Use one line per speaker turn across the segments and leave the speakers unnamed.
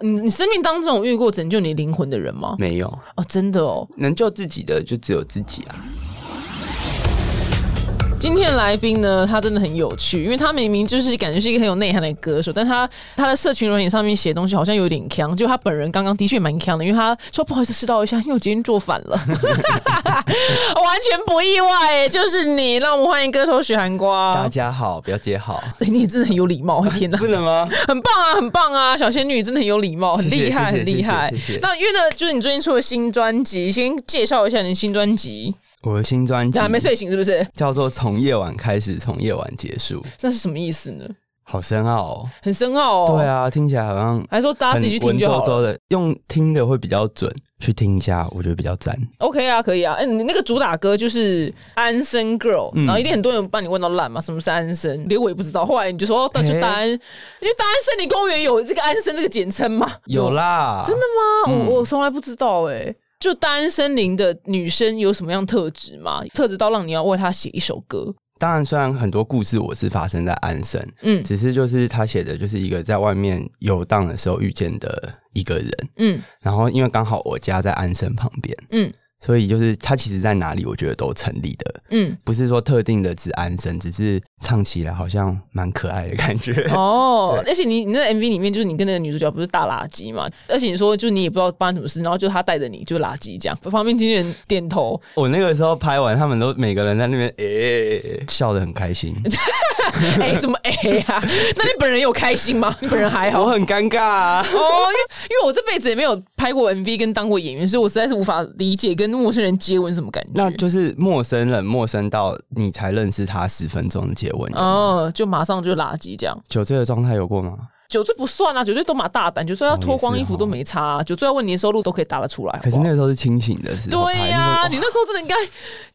你嗯你生命当中有遇过拯救你灵魂的人吗？
没有，
哦，真的哦。
能救自己的就只有自己啊。
今天的来宾呢，他真的很有趣，因为他明明就是感觉是一个很有内涵的歌手，但他他的社群软件上面写东西好像有点强，就他本人刚刚的确蛮强的，因为他说不好意思，迟到一下，因为我今天做反了， 完全不意外耶，就是你，让我们欢迎歌手许寒
大
瓜。
家好，表姐好，
你也真的很有礼貌，天哪！
不能吗？
很棒啊，很棒啊，小仙女真的很有礼貌，很
谢谢
厉害，
谢谢
很厉害
谢谢谢谢。
那因为呢，就是你最近出的新专辑，先介绍一下你的新专辑。
我的新专
你
辑
还啊没睡醒是不是？
叫做《从夜晚开始，从夜晚结束》，
那是什么意思呢？
好深奥哦。
很深奥哦。
对，啊，听起来好像
还说大家
很
自己去听
文
就
绉
好了。
绉的，用听的会比较准，去听一下，我觉得比较赞。
OK 啊，可以啊。哎、你那个主打歌就是《安生 Girl》，然
嗯
后一定很多人帮你问到烂嘛，什么是安生？连我也不知道。后来你就说，哦，那就大安，因为大安森林公园有这个安生这个简称嘛。
有嗯啦，真的
啊，我我从来不知道哎、就大安森林的女生有什么样特质吗？特质到让你要为她写一首歌？
当然，虽然很多故事我是发生在安生，
嗯
只是就是他写的就是一个在外面游荡的时候遇见的一个人，
嗯
然后因为刚好我家在安生旁边，
嗯
所以就是他其实在哪里，我觉得都成立的，
嗯，
不是说特定的指安生，只是唱起来好像蛮可爱的感 觉。
哦，而且你你那个 MV 里面就是你跟那个女主角不是大垃圾嘛？而且你说就是你也不知道发生什么事，然后就她带着你就垃圾这样，旁边经纪人点 头，
我那个时候拍完，他们都每个人在那边诶、笑得很 开心，
哎、什么哎 呀、那你本人有开心吗？你本人还好
我？很尴尬、啊。
哦，因为因为我这辈子也没有拍过 MV 跟当过演员，所以我实在是无法理解跟陌生人接吻什么感觉。
那就是陌生人，陌生到你才认识他十分钟的接吻。
哦，就马上就垃圾这样。
酒醉的状态有过吗？
酒醉不算啊，酒醉都蛮大胆，酒醉要脱光衣服
哦
都没差、啊，酒醉要问年收入都可以答得出来好不好
可是那个时候是哦清醒的时候拍，
对呀、啊
那时候
你那时候真的应该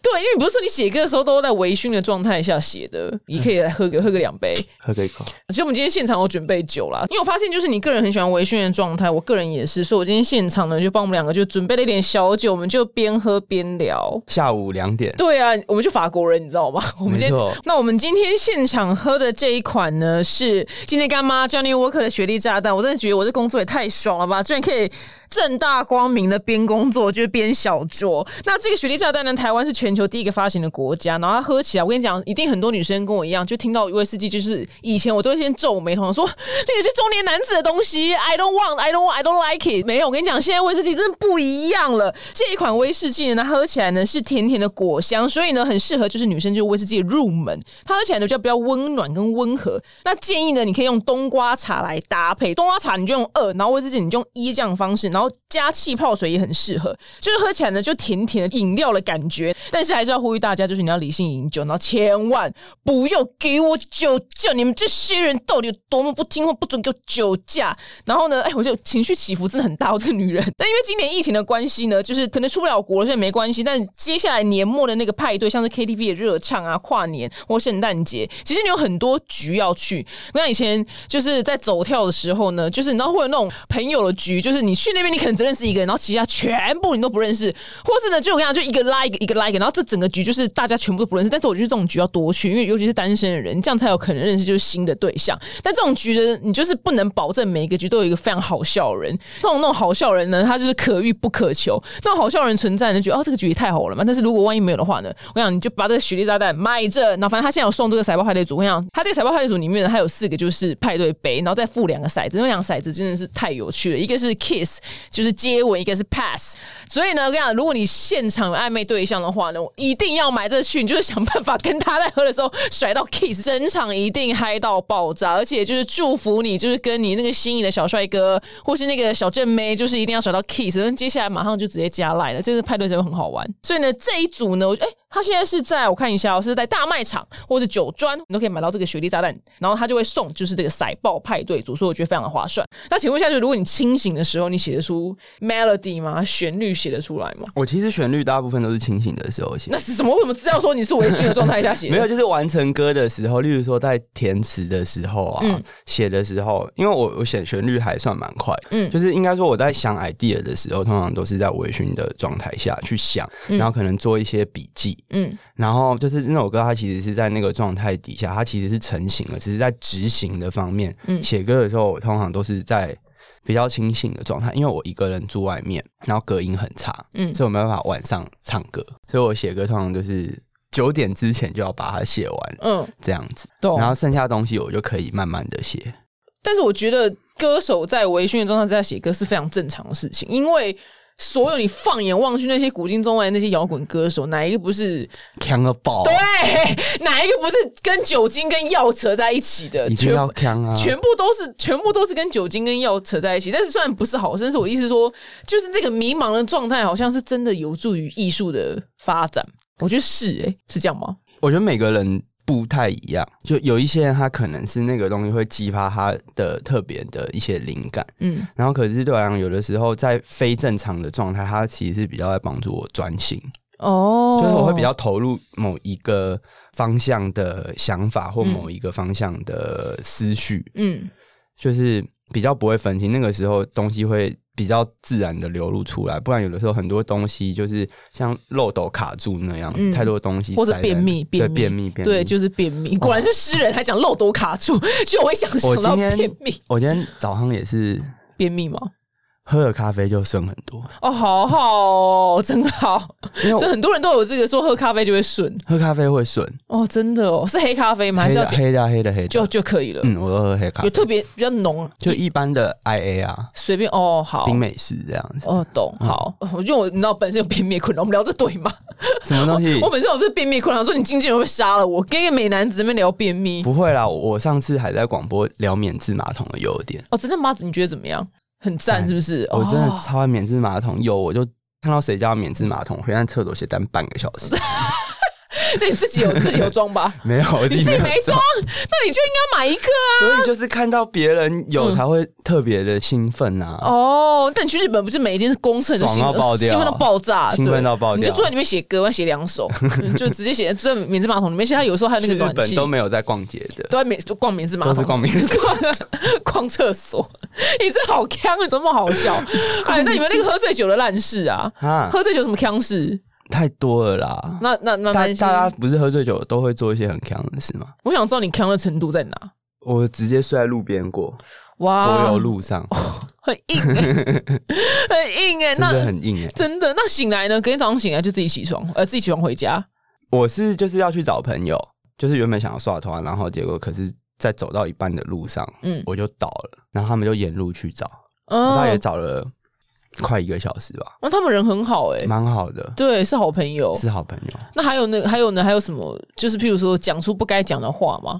对，因为你不是说你写歌的时候都在微醺的状态下写的，你可以来喝个喝个两杯。啊
哇喝个一口，
其实我们今天现场有准备酒啦，因为我发现就是你个人很喜欢微醺的状态，我个人也是，所以我今天现场呢就帮我们两个就准备了一点小酒，我们就边喝边聊。
下午两点，
对啊，我们就法国人，你知道吗？ 我们今
没
天
错
那我们今天现场喝的这一款呢是今天干妈 Johnny Walker 的雪莉炸弹，我真的觉得我这工作也太爽了吧，居然可以正大光明的边工作就是边小酌。那这个雪莉炸弹呢，台湾是全球第一个发行的国家，然后它喝起来，我跟你讲，一定很多女生跟我一样，就听到威士忌，就是以前我都会先皱眉头说 那个是中年男子的东西，I don't want，I don't want，I don't like it。没有，我跟你讲，现在威士忌真的不一样了。这一款威士忌呢，它喝起来呢是甜甜的果香，所以呢很适合就是女生就威士忌的入门。它喝起来呢比较比较温暖跟温和。那建议呢，你可以用冬瓜茶来搭配，冬瓜茶你就用二，然后威士忌你就用一这样的方式，然后加气泡水也很适合，就是喝起来呢就甜甜的饮料的感觉。但是还是要呼吁大家，就是你要理性饮酒，然后千万不要给我酒驾！你们这些人到底有多么不听话，不准给我酒驾！然后呢，哎，我就情绪起伏真的很大，哦我这个女人。但因为今年疫情的关系呢，就是可能出不了国了，所以没关系。但接下来年末的那个派对，像是 KTV 的热唱啊、跨年或圣诞节，其实你有很多局要去。那以前就是在走跳的时候呢，就是你知道会有那种朋友的局，就是你去那边你可能只认识一个人，然后其他全部你都不认识，或是呢，就我跟你讲，就一个拉一个，一个拉一个，然后这整个局就是大家全部都不认识。但是我觉得这种局要多去，因为尤其是单身的人，这样才有可能认识就是新的对象。但这种局的你就是不能保证每一个局都有一个非常好笑的人。这种那种好笑的人呢，他就是可遇不可求。这种好笑的人存在呢，就觉得哦这个局也太好了嘛。但是如果万一没有的话呢，我想你就把这个雪莉炸弹买着，然后反正他现在有送这个彩包派对组，我想他这个彩包派对组里面呢，它有四个就是派对杯，然后再附两个骰子，那两个骰子真的是太有趣了，一个是 kiss 就是接吻，一个是 pass。所以呢，我跟你讲，如果你现场有暧昧对象的话呢，我一定要买这去，你就是想办法跟他在喝的时候甩到 kiss，整场一定嗨到爆炸，而且就是祝福你，就是跟你那个心仪的小帅哥或是那个小正妹，就是一定要甩到 kiss，那接下来马上就直接加赖了，这个派对真的很好玩。所以呢，这一组呢，我觉得哎。他现在是在我看一下哦，是在大卖场或者酒庄，你都可以买到这个雪莉炸弹，然后他就会送就是这个骰爆派对组，所以我觉得非常的划算。那请问一下，就如果你清醒的时候，你写得出 melody 吗？旋律写得出来吗？
我其实旋律大部分都是清醒的时候写
那，是什么？为什么资料说你是微醺的状态下写的？
没有就是完成歌的时候，例如说在填词的时候啊
嗯，
写、的时候，因为我我写旋律还算蛮快，
嗯
嗯，就是应该说我在想 idea 的时候，通常都是在微醺的状态下去想，然后可能做一些笔记，
嗯
然后就是那首歌，它其实是在那个状态底下，它其实是成型了，只是在执行的方面，
嗯
写歌的时候，我通常都是在比较清醒的状态，因为我一个人住外面，然后隔音很差，
嗯
所以我没办法晚上唱歌，所以我写歌通常就是九点之前就要把它写完，
嗯，
这样子，
懂
然。后剩下的东西我就可以慢慢的写。
但是我觉得歌手在微醺的状态之下写歌是非常正常的事情，因为所有你放眼望去，那些古今中外的那些摇滚歌手，哪一个不 是？
扛个爆，
对，哪一个不是跟酒精跟药扯在一起的？
一定
全
要扛啊！
全部都是全部都是跟酒精跟药扯在一起，但是虽然不是好事，但是我意思说，就是这个迷茫的状态，好像是真的有助于艺术的发展。我觉得是、欸，诶，是这样吗？
我觉得每个人不太一样，就有一些人他可能是那个东西会激发他的特别的一些灵感，
嗯，
然后可是对我来讲，有的时候在非正常的状态，它其实是比较在帮助我专心，
哦
就是我会比较投入某一个方向的想法或某一个方向的思绪，
嗯，
就是比较不会分心。那个时候东西会比较自然的流露出来，不然有的时候很多东西就是像漏斗卡住那样，
嗯
太多东西
或者
塞在
便秘，
那对
便
便秘，便秘，哦
对，就是便秘。果然是诗人，还讲漏斗卡住， 就我一想想
我
到
今天
便秘，
我今天早上也是
便秘吗？
喝了咖啡就顺很多，
哦，好好哦， 真 好，
因为
这
我
很多人都有这个说喝咖啡就会顺
喝咖啡会顺，
哦，真的哦，是黑咖啡吗？还
黑
是要
的
加
黑的黑的黑的，
就就可以了？
嗯，我都喝黑咖
有
啡，
特别比较浓，啊
就一般的 IA 啊，
随便哦，好，
冰嗯美式这样子，
哦，懂，好，我因为我你知道我本身有便秘困扰，我们聊这对吗？
什么东西
我？本身我不是便秘困扰，我说你经纪人会不会杀了我，跟一个美男子在那边聊便秘，
不会啦，我我上次还在广播聊免治马桶的优点，
哦，真的吗？你觉得怎么样？很赞，
赞
是不是？
我真的
哦
超爱免治马桶，有我就看到谁家免治马桶，我会在厕所写单半个小 时，
那你自己有自己有装吧？
没有，我自
你
己
自己
有
没装，那你就应该买一个啊。嗯
所以就是看到别人有才会特别的兴奋啊，
哦，但你去日本不是每一件公厕你就兴
爽到爆掉
兴奋到爆炸，
兴奋到爆掉
对你就坐在里面写歌，我要写两 首，嗯就直接写坐在免治马桶里面。现在有时候还有那
去
个
日
暖
本
气，
都没有在逛街 的，
都在免就逛免治马桶，
都是逛免治
逛 厕所。你这好坑，你怎么那么好 笑？哎，那你们那个喝醉酒的烂事啊，
啊，
喝醉酒有什么坑事？
太多了啦。
那那那
大
蛮
大家不是喝醉酒都会做一些很强的事吗？
我想知道你坑的程度在哪？
我直接睡在路边过，柏
哇，
油路上，
很硬、欸， 很硬哎、
真 的
那
很硬哎、
真的，那醒来呢？隔天早上醒来就自己起床，呃，自己起床回家。
我是就是要去找朋友，就是原本想要刷团，然后结果可是在走到一半的路上，
嗯，
我就倒了，然后他们就沿路去找，
哦
大概也找了快一个小时吧，
那他们人很好哎、
蛮好的，
对，是好朋友。
是好朋友。
那还有呢？还有呢？还有什么？就是譬如说，讲出不该讲的话吗？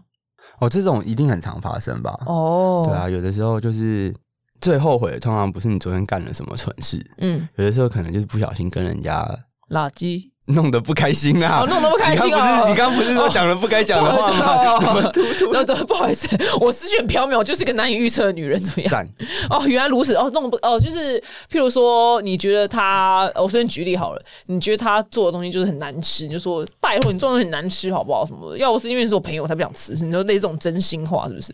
哦，这种一定很常发生吧？
哦，
对，啊，有的时候就是最后悔的，通常不是你昨天干了什么蠢事，
嗯，
有的时候可能就是不小心跟人家
垃圾，
弄得不开心啦、
哦，弄得不开
你刚
心
不
哦。
是你刚不是说讲了不该讲的话吗？怎么突突
对对，不好意思，我思绪很缥缈，就是个难以预测的女人，怎么样？
赞？
哦，原来如此。哦，弄不哦，就是譬如说，你觉得他，哦我随便举例好了，你觉得他做的东西就是很难吃，你就说拜托你做的东西很难吃好不好？什么的，要不是因为是我朋友，我才不想吃。你说类似这种真心话是不是？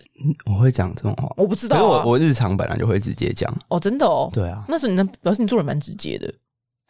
我会讲这种话，
我不知
可
道、
是
啊
我，我日常本来就会直接讲，
哦，真的哦。
对啊，
那时候你那表示你做人蛮直接的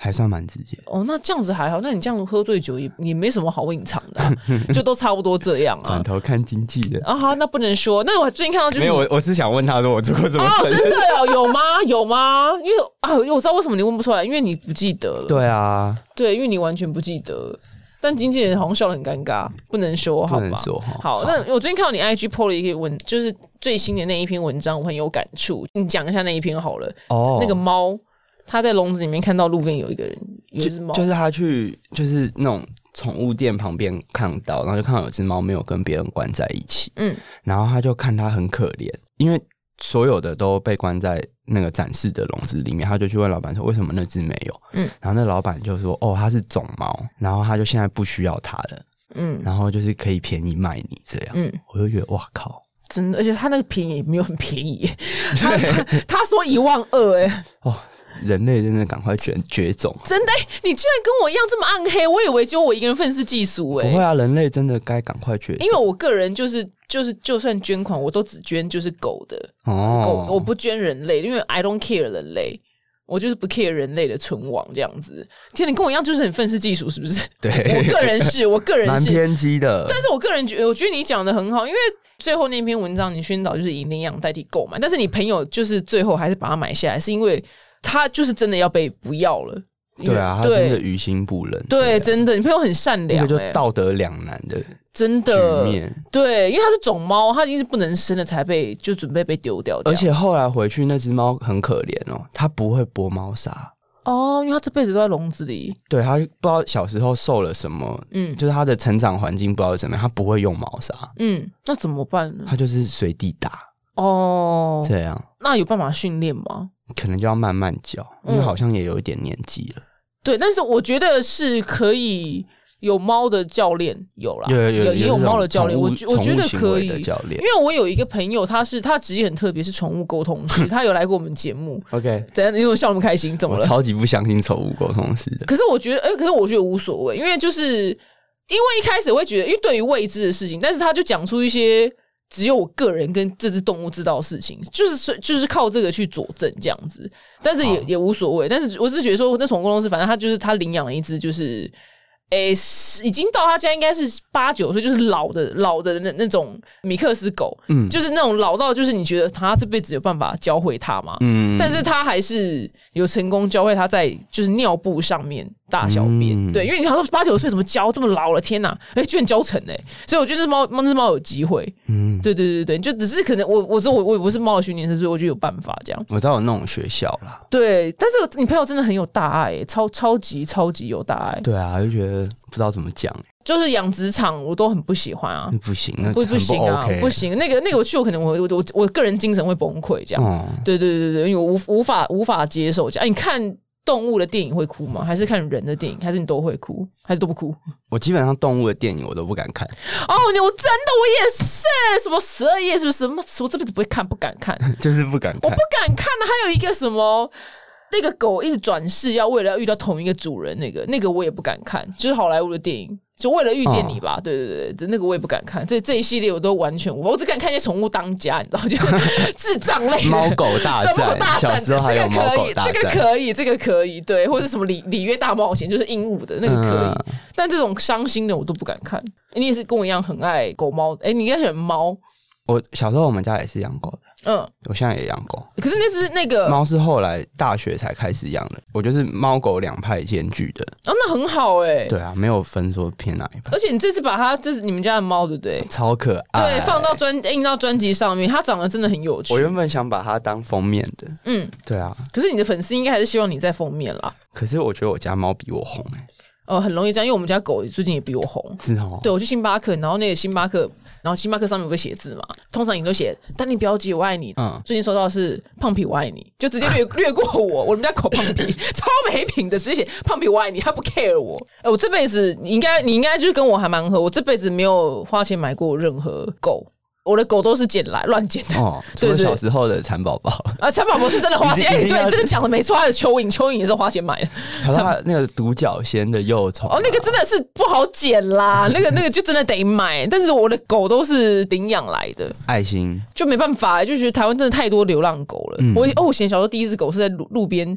还算蛮直接。
哦，那这样子还好，那你这样喝醉酒也也没什么好隐藏的 啊、就都差不多这样啊
转。头看经济的，
啊好，那不能说。那我最近看到就是
没有，我我是想问他说我做过这么
哦，
蠢
真
事。
的哦，有吗？有吗？因为啊，因为我知道为什么你问不出来，因为你不记得了。
对啊，
对，因为你完全不记得。但经纪人好像笑得很尴尬，不能说好
不
吧
能？说哈。
好，那我最近看到你 IG PO 了一个文，就是最新的那一篇文章，我很有感触。你讲一下那一篇好了。
哦，
那个猫，它在笼子里面看到路边有一个人，有一只猫，
就是他去就是那种宠物店旁边看到，然后就看到有只猫没有跟别人关在一起，
嗯，
然后他就看它很可怜，因为所有的都被关在那个展示的笼子里面，他就去问老板说为什么那只没有，
嗯，
然后那老板就说哦它是种猫，然后他就现在不需要它了，
嗯
然后就是可以便宜卖你这样，
嗯，
我就觉得哇靠，
真的，而且它那个便宜也没有很便宜耶，他他他说一万二，哎，
哦，人类真的赶快绝绝种。啊
真的、哎你居然跟我一样这么暗黑，我以为只有我一个人愤世嫉俗，哎，
不会啊，人类真的该赶快绝种
因为我个人就是就是，就算捐款，我都只捐就是狗的，狗、
哦
我不捐人类，因为 I don't care 人类。我就是不 care 人类的存亡这样子。天，你跟我一样就是很愤世嫉俗，是不 是？
对
我个人是我个人
蛮
是，
偏激的。
但是我个人觉得，我觉得你讲的很好，因为最后那篇文章你宣导就是以领养代替购买，但是你朋友就是最后还是把它买下来，是因为他就是真的要被不要了。因为
对啊，他真的
对
于心不忍。
对，真的，你朋友很善
那
良、
个就
欸，
道德两难的
真的
局面。
对，因为它是种猫，它已经是不能生了，才被就准备被丢掉这
而
样。
且后来回去，那只猫很可怜哦，它不会拨猫砂。
哦，因为它这辈子都在笼子里，
对，它不知道小时候受了什么，
嗯
就是它的成长环境不知道是怎么样，它不会用猫砂，
嗯，那怎么办呢？
它就是随地打，
哦，
这样
那有办法训练吗？
可能就要慢慢教，因为
嗯
好像也有一点年纪了。
对，但是我觉得是可以有猫的教练有啦，
有有有
也有
这种
猫的教练，
宠
我
物
觉我觉
宠物
得
行
可
为
以，
的教
因
练。
为我有一个朋友，他是他职业很特别，是宠物沟通 师，他有来过我们节目。
OK，
怎样？你怎么笑那么开心？怎么
我
了？
超级不相信宠物沟通师的。
可是我觉得，哎、可是我觉得无所谓，因为就是因为一开始我会觉得，因为对于未知的事情，但是他就讲出一些只有我个人跟这只动物知道的事情，就是是就是靠这个去佐证这样子，但是也
好
也无所谓。但是我只是觉得说，那宠物公司反正他就是他领养了一只，就是。诶、是已经到他家应该是八九岁，就是老的老的那那种米克斯狗，
嗯
就是那种老到就是你觉得他这辈子有办法教会它吗？
嗯，
但是他还是有成功教会他在就是尿布上面大小便，
嗯
对，因为你想说八九岁怎么教这么老了，天哪，哎、居然教成哎、所以我觉得这猫猫那只猫有机会，
嗯，
对对对对，就只是可能我我说我我也不是猫的训练师，所以我觉得有办法这样，
我知道有那种学校啦。
对，但是你朋友真的很有大爱、欸超超级超级有大爱，
对啊，就觉得不知道怎么讲，
就是养殖场我都很不喜欢啊，
不行，嗯那
不
很不
行啊，
OK，
不行，那个那个我去我可能我我我我个人精神会崩溃这样，
哦，
对对对对，因为我无无法无法接受这样。哎，你看动物的电影会哭吗？还是看人的电影？还是你都会哭？还是都不哭？
我基本上动物的电影我都不敢看，
哦，你我真的我也是，什么十二夜是不是？什么我这辈子不会看，不敢看，不
就是不敢看。
敢看的。还有一个什么？那个狗一直转世，要为了要遇到同一个主人，那个那个我也不敢看，就是好莱坞的电影，就为了遇见你吧，对对对，这那个我也不敢看，这这一系列我都完全无法，我只敢看一些宠物当家，你知道，就是 智障类的
猫狗大
对，猫
战
狗大，
啊小
战，
时候还有
这个
猫
可
狗
以，
大
这个
战，
可以，这个可以，对，或者什么里里约大冒险，就是鹦鹉的那个可以，
嗯
但这种伤心的我都不敢看。你也是跟我一样很爱狗猫，哎、你应该喜欢猫，
我小时候我们家也是养狗的，
嗯，
我现在也养狗。
可是那是那个，哦，
猫是后来大学才开始养的，我就是猫狗两派兼具的。
那很好哎、
对啊，没有分说偏哪一派，
而且你这次把它，这是你们家的猫，对不对？
超可爱。
对，放到专印到专辑上面，它长得真的很有趣
哎我。原本想把它当封面的，
嗯，
对啊。
可是你的粉丝应该还是希望你在封面啦。
可是我觉得我家猫比我红哎、
呃，很容易这样，因为我们家狗最近也比我红，
是哦。
对，我去星巴克，然后那个星巴克，然后星巴克上面有个写字嘛，通常你都写“丹尼表姐我爱你”，
嗯
最近收到的是“胖皮我爱你”，就直接 略略过我，我们家狗胖皮超没品的，直接写“胖皮我爱你”，他不 care 我。哎、我这辈子你应该你应该就是跟我还蛮合，我这辈子没有花钱买过任何狗，我的狗都是捡来乱捡的。
哦，除了
对对
小时候的蚕宝宝，
啊，蚕宝宝是真的花钱，哎、
一定要
对，真的讲的没错，还有蚯蚓，蚯蚓也是花钱买的。
还有它那个独角仙的幼虫啊、
哦，那个真的是不好捡啦，那个那个就真的得买。但是我的狗都是领养来的，
爱心，
就没办法，就觉得台湾真的太多流浪狗了。
嗯
我哦，我以前小时候第一只狗是在路路边，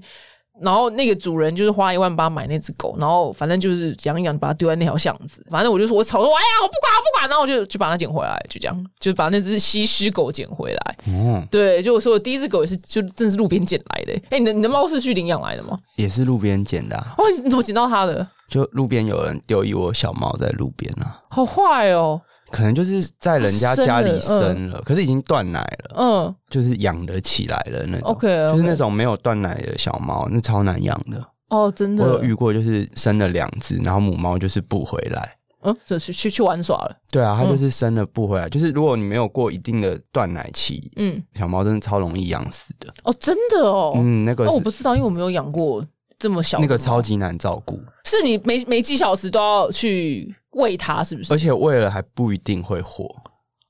然后那个主人就是花一万八买那只狗，然后反正就是养一养，把它丢在那条巷子。反正我就说我吵说，哎呀，我不管，我不管，然后我就就把它捡回来，就这样，就把那只西施狗捡回来。
哦，
对，就我说我第一只狗也是，就真的是路边捡来的、哎、你的你的猫是去领养来的吗？
也是路边捡的啊、
哦，你怎么捡到它的？
就路边有人丢一窝小猫在路边啊，
好坏哦，
可能就是在人家家里
生
生
了
了，可是已经断奶了，
嗯
就是养得起来了那种。
，OK，
就是那种没有断奶的小猫，那超难养的。
哦，真
我有
的，
遇过，就是生了两只，然后母猫就是不回来。
嗯，这去去去玩耍了，
对啊，
嗯
它就是生了不回来。就是如果你没有过一定的断奶期，
嗯，
小猫真的超容易养死的。
哦，真的哦，
嗯，那个
哦，我
是
不知道，因为我没有养过这么小的猫。
那个超级难照顾，
是你每每几小时都要去喂它，是不是
而？且喂了还不一定会活，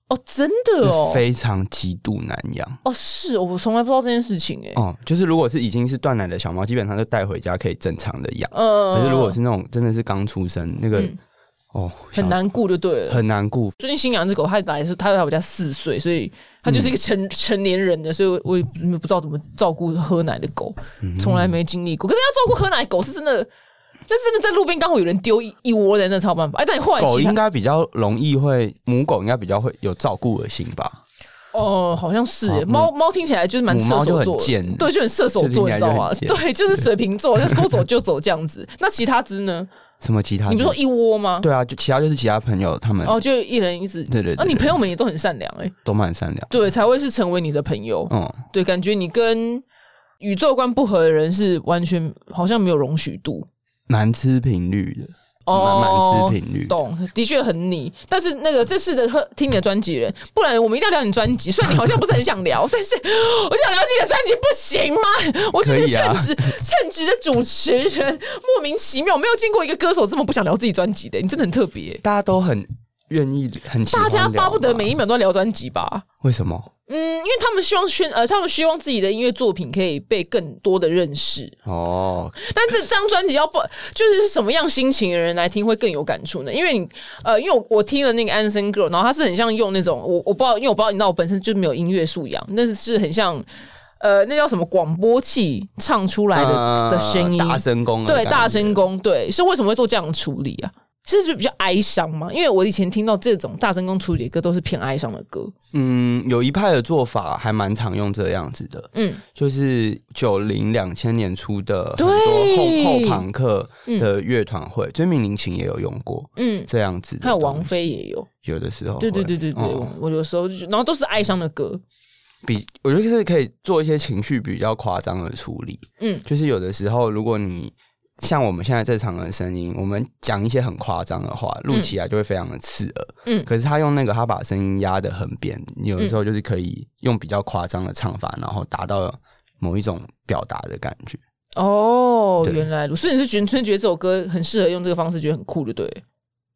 哦，真的哦，
非常极度难养。
哦是哦，我从来不知道这件事情哎、
哦、就是如果是已经是断奶的小猫，基本上就带回家可以正常的养。
嗯，
可是如果是那种真的是刚出生，那个
嗯
哦，
很难顾就对
想
了。
很难顾。
最近新养一只狗，它来是它来我家四岁，所以它就是
嗯
一个成、成年人的，所以我我也不知道怎么照顾喝奶的狗，
嗯
从来没经历过。可是要照顾喝奶的狗是真的，但是真的在路边刚好有人丢一一窝人，那才有办法。哎，但你后来
狗
其他
应该比较容易会，母狗应该比较会有照顾的心吧？
哦，好像是耶
啊
猫猫听起来就是蛮
母
射
猫就
手
很
座的，
贱
对，就很射手
就听
座，你
起来
知道吗？
就很
对，就是水瓶 座，就说走就走这样子。那其他只呢？
什么其他的？
你不是说一窝吗？
对啊，就其他就是其他朋友，他们
哦，就一人一只。
对对
啊，
对，
你朋
友
友们也都很善良哎、
都蛮善良。
对，才会是成为你的朋友。
嗯，
对，感觉你跟宇宙观不合的人是完全好像没有容许度。
蛮吃频率的，蛮
哦
蛮，吃频率。
懂，的确很你。但是那个这次的呵听你的专辑人，不然我们一定要聊你专辑。虽然你好像不是很想聊， 但是我想聊你的专辑不行吗？我就是
可
个
以啊
称职、称职的主持人，莫名其妙，没有见过一个歌手这么不想聊自己专辑的，你真的很特别。
大家都很愿意，很喜欢
大家
聊
巴不得
吧
每一秒都在聊专辑吧？
为什么？
嗯，因为他们希望宣呃，他们希望自己的音乐作品可以被更多的认识。
哦，
但这张专辑要不就是什么样心情的人来听会更有感触呢？因为你呃，因为我我听了那个 Anson Girl，然后他是很像用那种我我不知道，因为我不知道你知道我本身就没有音乐素养，那是是很像呃那叫什么广播器唱出来的、的声音，
呃大声公的
对
感觉
啊大声公，对是为什么会做这样的处理啊？是不是比较哀伤吗？因为我以前听到这种大声公处理的歌都是偏哀伤的歌，
嗯，有一派的做法还蛮常用这样子的，
嗯，
就是九零两千年初的
对
很多后后朋克的乐团会，追命林琴也有用过
嗯，哦
这样子的东西，
还有王菲也有，
有的时候会，
对对对对对，
嗯
我有时候就觉得然后都是哀伤的歌，
比我觉得是可以做一些情绪比较夸张的处理，
嗯
就是有的时候如果你。像我们现在这场的声音，我们讲一些很夸张的话，录起来就会非常的刺耳。
嗯
可是他用那个，他把声音压得很扁，你有的时候就是可以用比较夸张的唱法，然后达到某一种表达的感觉。
哦，
对
原来如此，所以你是纯粹觉得这首歌很适合用这个方式，觉得很酷，对不对？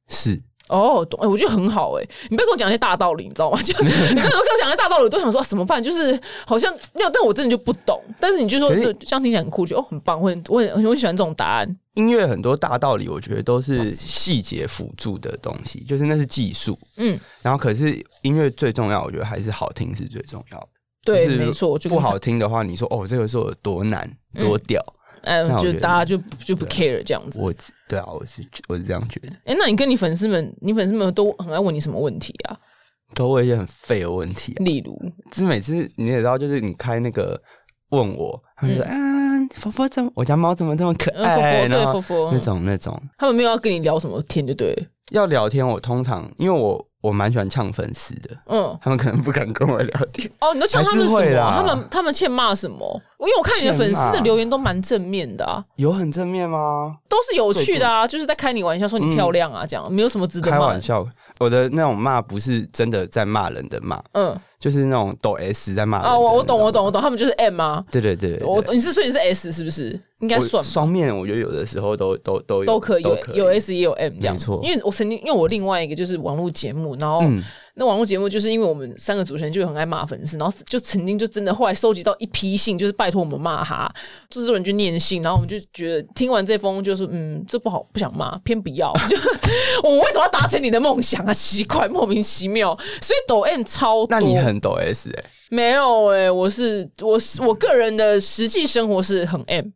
是，
哦，懂，哎我觉得很好哎、你不要跟我讲一些大道理，你知道吗？ 就你那时候跟我讲一些大道理，我都想说、啊、怎么办，就是好像没有，但我真的就不懂。但是你就说
可是
这这样听起来很酷，觉得哦很棒，我很我很我很喜欢这种答案。
音乐很多大道理，我觉得都是细节辅助的东西，就是那是技术。
嗯，
然后可是音乐最重要，我觉得还是好听是最重要的。
对，
就是
没错，我就跟
不好听的话，你说哦，这个是有多难多屌，
哎
那，我
就
觉得
大家就就不 care 这样子。
啊我对啊，我是我是这样觉得，
哎、那你跟你粉丝们，你粉丝们都很爱问你什么问题啊？
都会一些很废的问题、啊。
例如，
就是每次你也知道，就是你开那个问我，他们说、啊，佛佛怎么我家猫怎么这么可
嗯，佛佛
爱，
对
哎然
佛
后
佛
那种那种
他们没有要跟你聊什么天，就对了。
要聊天，我通常因为我我蛮喜欢呛粉丝的，
嗯，
他们可能不敢跟我聊 天。
哦，你都呛他们什
还是会
么、啊？
啦
他们他们欠骂什么？我因为我看你的粉丝的留言都蛮正面的啊，
有很正面啊吗？
都是有趣的啊，就是在开你玩笑，说你漂亮啊，这样没有什么值得
嗯开
骂
玩
的。
笑，我的那种骂不是真的在骂人的骂，
嗯，
就是那种抖 S 在骂人的
哦，我我懂，
那种
我懂，我懂，他们就是 M 啊。
对对对对对，
我你是说你是 S 是不是？应该
我
算吧
双面，我觉得有的时候都都都有
都可以，有有 S 也有 M 这样。
没错
因为我曾经，因为我另外一个就是网络节目，然后
嗯
那网络节目就是因为我们三个主持人就很爱骂粉丝，然后就曾经就真的后来收集到一批信，就是拜托我们骂他，制作人就念信，然后我们就觉得听完这封就是嗯，这不好，不想骂，偏不 要。就我们为什么要达成你的梦想啊？奇怪，莫名其妙。所以抖 M 超多，
那你很抖 S 哎、
没有哎、我是我是我个人的实际生活是很 M，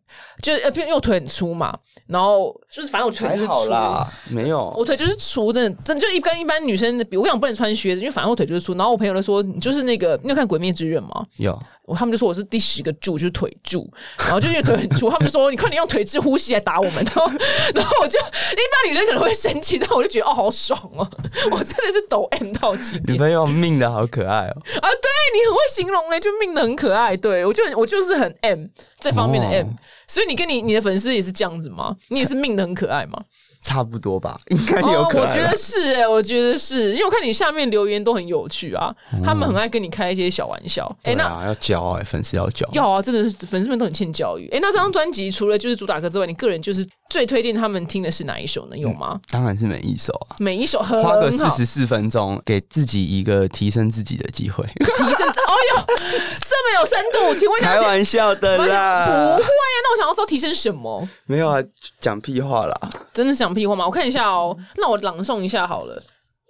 就是呃，因为我腿很粗嘛，然后就是反正我腿就
还
是
好
粗。
啦，没
我
有。
腿就是粗，真的，真的就一跟一般女生的比。我跟你讲，不能穿靴子，因为反正我腿就是粗。然后我朋友都说，你就是那个，你有看《鬼灭之刃》吗？
有，
我他们就说我是第十个柱，就是腿柱，然后就因为腿很 粗，他们就说你快点用腿质呼吸来打我们，然后然后我就一般女生可能会生气，但我就觉得哦好爽哦，我真的是抖 M 到极点
女。朋友命的好可爱哦、
啊，对你很会形容哎、就命的很可爱。对我就我就是很 M 这方面的
哦
M，、所以你跟你你的粉丝也是这样子吗？你也是命的很可爱 吗？
差不多吧，应该有可
哦
爱吧、
我觉得是哎、我觉得是因为我看你下面留言都很有趣啊，他们很爱跟你开一些小玩笑。哎、
嗯对
那
啊，要教哎、粉丝要教。
要啊，真的是粉丝们都很欠教育。哎、那这
嗯
张专辑除了就是主打歌之外，你个人就是最推荐他们听的是哪一首呢？有吗？
当然是每一首啊，
每一首呃很好，
花个四十四分钟，给自己一个提升自己的 机会。
提升。哎呦，这么有深度，请问一下
开玩笑的
不会
啦
啊，，那那我想要知道提升什么？
没有啊，讲屁话啦。
真的想屁话吗？我看一下哦，那我朗诵一下好了。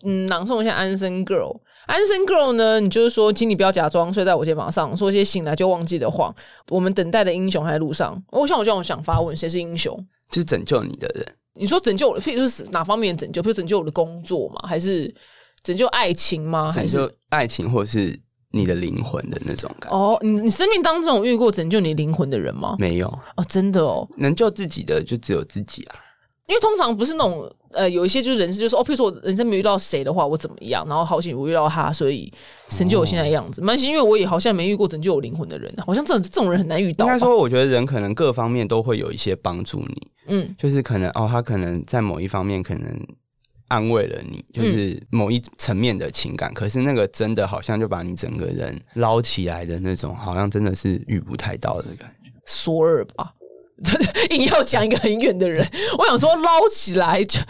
嗯，朗诵一下《安生 Girl》。安生 Girl 呢，你就是说，请你不要假装睡在我肩膀上，说些醒来就忘记的话。我们等待的英雄还在路上。我想我这种想发问，谁是英雄？
就是拯救你的人，
你说拯救我的，譬如是哪方面的拯救？譬如拯救我的工作吗？还是拯救爱情吗？还
拯
是
救爱情或是你的灵魂的那种感觉。
哦，你你生命当中有遇过拯救你灵魂的人吗？
没有，
哦，真的哦，
能救自己的就只有自己啊。
因为通常不是那种呃，有一些就是人是就是哦，譬如说我人生没遇到谁的话，我怎么样，然后好险我遇到他，所以成就我现在的样子。蛮、幸因为我也好像没遇过拯救我灵魂的人，啊好像这种这种人很难遇到
嗯
吧。
应该说，我觉得人可能各方面都会有一些帮助你，
嗯，
就是可能哦，他可能在某一方面可能安慰了你，
嗯
就是某一层面的情感，可是那个真的好像就把你整个人捞起来的那种，好像真的是遇不太到的感觉。
索尔吧。 硬要讲一个很远的人，我想说捞起来就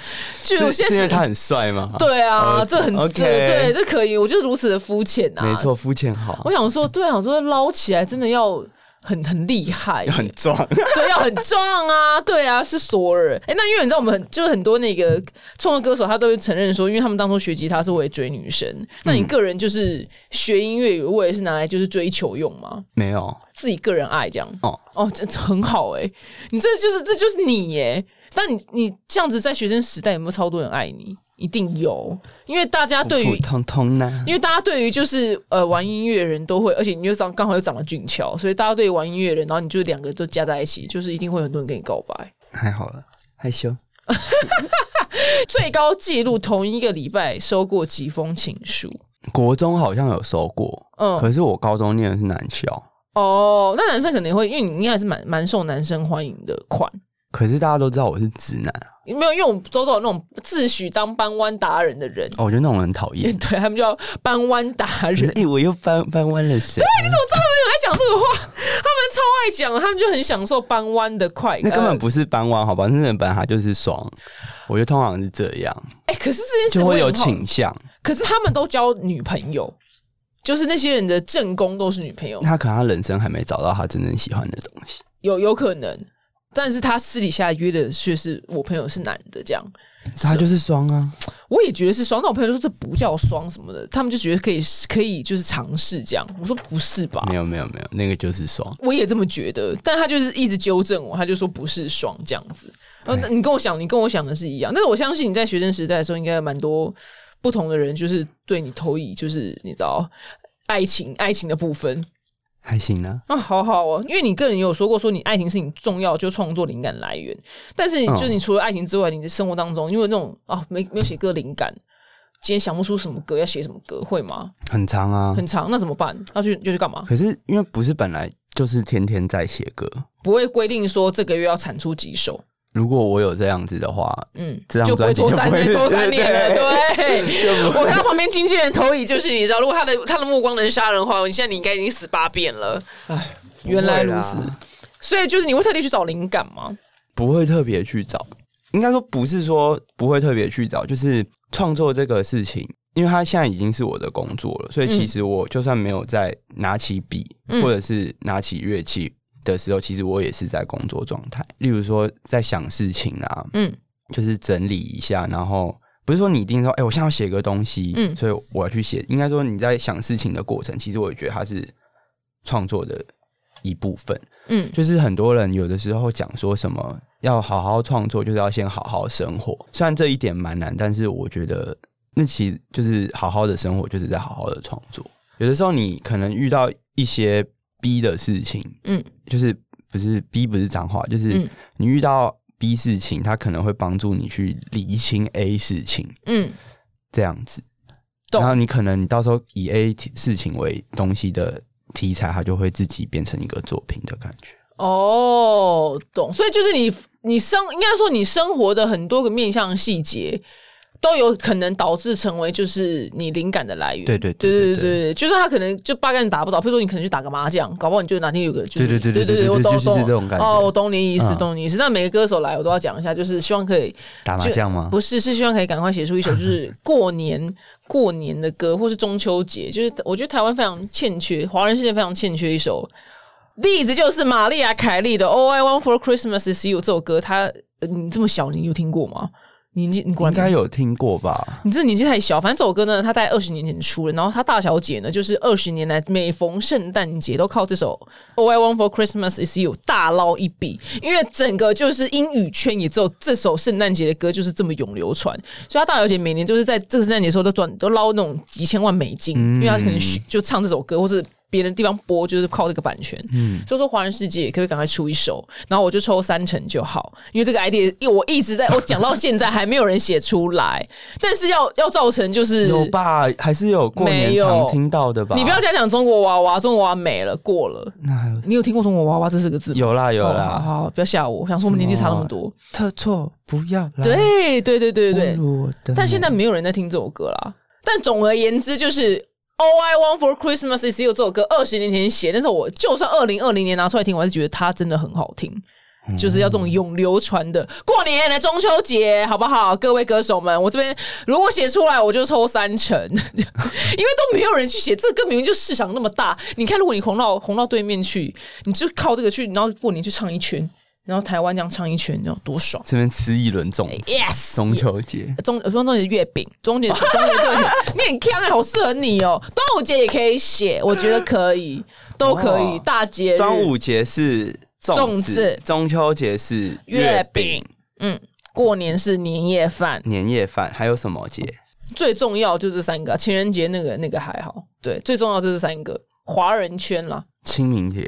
就有
是
些
是因为
是，
他很帅吗？
对啊，这很
OK
这对这可以，我就是如此的肤浅啊，
没。错，肤浅好
我，想说，对啊，我说捞起来真的要很很厉害，
很壮，
对，要很壮啊，对啊，是索尔。哎、那因为你知道，我们很就是很多那个创作歌手，他都会承认说，因为他们当初学吉他是为了追女生。那你个人就是学音乐，我也是拿来就是追求用吗？
没有。
自己个人爱这样？
哦
哦，这这很好哎、你这就是这就是你耶、但你你这样子在学生时代有没有超多人爱你？一定有，因为大家对
普
于
通通啊呢，
因为大家对于就是呃玩音乐的人都会，而且你又长刚好又长得俊俏，所以大家对于玩音乐的人，然后你就两个都加在一起，就是一定会有很多人跟你告白。
还好了，害羞。
最高纪录同一个礼拜收过几封情书？
国中好像有收过，
嗯，
可是我高中念的是男校，
哦，那男生肯定会，因为你应该是蛮蛮受男生欢迎的款。
可是大家都知道我是直男，
没有，因为我们周遭有那种自诩当班湾达人的人，
哦，我觉得那种人很讨厌。
对他们叫班湾达人。
哎、我又搬搬弯了谁？
他讲这个话， 他们超爱讲，他们就很享受班湾的快感。
那根本不是搬弯，好吧？那人本来他就是爽，我觉得通常是这样，
哎、可是这件事
就
我
会
也
有
很好
倾向。
可是他们都交女朋友，就是那些人的正宫都是女朋友，
他可能他人生还没找到他真正喜欢的东西，
有有可能。但是他私底下约的却是我朋友是男的，这样
他就是双啊。
我也觉得是双。那我朋友就说这不叫双什么的，他们就觉得可以可以就是尝试这样。我说不是吧？
没有没有没有，那个就是双。
我也这么觉得，但他就是一直纠正我，他就说不是双这样子。呃，那你跟我想，你跟我想的是一样，但是我相信你在学生时代的时候，应该有蛮多不同的人，就是对你投以，就是你知道爱情爱情的部分。
还行啊，
啊，好好哦，因为你个人也有说过，说你爱情是你重要就创作灵感来源，但是你
嗯
就你除了爱情之外，你的生活当中，因为那种啊，没没有写歌灵感，今天想不出什么歌，要写什么歌，会吗？
很长啊。
很长，那怎么办？要去就去干嘛？
可是因为不是本来就是天天在写歌，
不会规定说这个月要产出几首，
如果我有这样子的话，
嗯，
这张
就不会
专辑
拖
就
三
不会
年，拖三年了，对。
就
我看到旁边经纪人投以，就是你知道，如果他的他的目光能杀人的话，你现在你应该已经死八遍了。原来如此，所以就是你会特地去找灵感吗？
不会特别去找。应该说不是说不会特别去找，就是创作这个事情，因为它现在已经是我的工作了，所以其实我就算没有在拿起笔、
嗯
或者是拿起乐器的时候，其实我也是在工作状态。例如说在想事情啊，
嗯，
就是整理一下，然后不是说你一定说，哎、我现在要写个东西，
嗯
所以我要去写。应该说你在想事情的过程，其实我也觉得它是创作的一部分。
嗯
就是很多人有的时候讲说什么要好好创作，就是要先好好生活。虽然这一点蛮难，但是我觉得那其实就是好好的生活，就是在好好的创作。有的时候你可能遇到一些逼的事情，
嗯，
就是不是逼不是脏话，就是
嗯
你遇到 B 事情，它可能会帮助你去理清 A 事情
嗯，
这样子。
懂
然后你可能你到时候以 A 事情为东西的题材，它就会自己变成一个作品的感觉。
哦，懂。所以就是你你生应该说你生活的很多个面向细节。都有可能导致成为就是你灵感的来源，
对对
对
对
对
对
对对，就算他可能就八竿子打不到，譬如说你可能去打个麻将，搞不好你就哪天有个就是
对对
对
对对对
我
对
懂
就是
懂
这种感觉
哦，我懂你意思，
嗯
懂你意思。那每个歌手来，我都要讲一下，就是希望可以
打麻将吗？
不是，是希望可以赶快写出一首就是 过年过年的歌，或是中秋节。就是我觉得台湾非常欠缺，华人世界非常欠缺一首例子就是玛丽亚·凯莉的《All I Want for Christmas Is You》这首歌，它呃你这么小，你有听过吗？你年纪你果
应
然
该有听过吧？
你这年纪太小，反正这首歌呢，它在二十年前出了，然后它大小姐呢，就是二十年来每逢圣诞节都靠这首《All I Want for Christmas Is You》大捞一笔，因为整个就是英语圈也只有这首圣诞节的歌就是这么永流传，所以她大小姐每年就是在这个圣诞节的时候都赚都捞那种几千万美金，因为她可能许就唱这首歌或是。别的地方播就是靠这个版权，嗯，所以说华人世界也可不可以赶快出一首，然后我就抽三成就好，因为这个 idea 因为我一直在我讲到现在还没有人写出来，但是要 要造成就是
有吧？还是有过年
没有
常听到的吧？
你不要再讲中国娃娃，中国娃娃没了过了，
那还有
你有听过中国娃娃这四个字吗？
有啦有
哦好
啦，
好好，不要吓我，我想说我们年纪差那么多，
特错不要来，
对对对对对
侮，辱我的
但现在
美
没有人在听这首歌啦。但总而言之，就是《All I Want for Christmas Is You》这首歌，二十年前写，但是我就算二零二零年拿出来听，我还是觉得它真的很好听。就是要这种永流传的，过年的中秋节，好不好？各位歌手们，我这边如果写出来，我就抽三成，因为都没有人去写，这个歌明明就市场那么大。你看，如果你红到红到对面去，你就靠这个去，然后过年去唱一圈，然后台湾这样唱一圈，你知道多爽
这边吃一轮粽子
？Yes，
中秋节
中呃中秋节月饼，中秋节中秋节月饼你很强哎、好适合你哦、端午节也可以写，我觉得可以，都可以。
哦
大节日
端午节是粽
粽子
中秋节是
月饼，嗯，过年是年夜饭，
年夜饭，还有什么节？
最重要就这三个，情人节那个那个还好，对，最重要就这三个，华人圈啦。
清明节，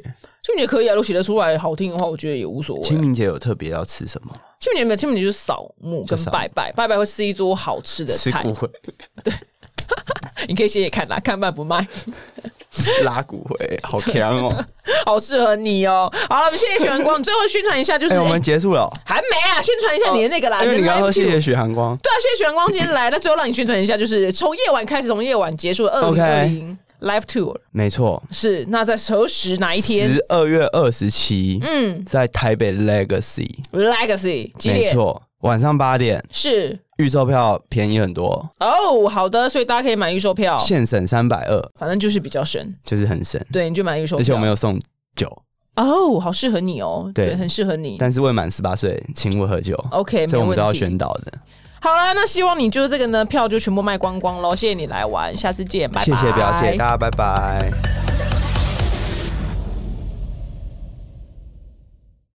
清明节可以啊，如果写得出来好听的话，我觉得也无所谓啊。
清明节有特别要吃什么？
清明节没有，清明节就是扫墓跟
就扫墓
拜拜，拜拜会吃一桌好吃的
吃
菜
骨，灰，
你可以写写看啦，看卖不卖。
拉骨灰，好强哦！
好适合你哦。好了，我们谢谢许阳光，你最后宣传一下，就是、
哎，我们结束了哦，
还
哎
没啊，宣传一下你的那个啦，
哦因为你
的
刚刚
live
说谢
view
谢许寒光，
对啊，谢谢许阳光今天来，那最后让你宣传一下，就是从夜晚开始，从夜晚结束，二
OK
零二零 Live Tour
没错，
是那在何时哪一天
十二月二十七，嗯，在台北 Legacy，
？Legacy 几
没
点？
错，晚上八点，
是
预售票便宜很多，
哦，好的，所以大家可以买预售票，
现省三百二，
反正就是比较省，
就是很省，
对，你就买预售票。
而且我们有送酒，
哦，好适合你哦，
对
对，很适合你。
但是未满十八岁请勿喝酒。
OK，
这
没问
我们都要
题。
宣导的，
好了，那希望你就是这个呢，票就全部卖光光喽。谢谢你来玩，下次见，拜拜。
谢谢表姐，大家拜拜。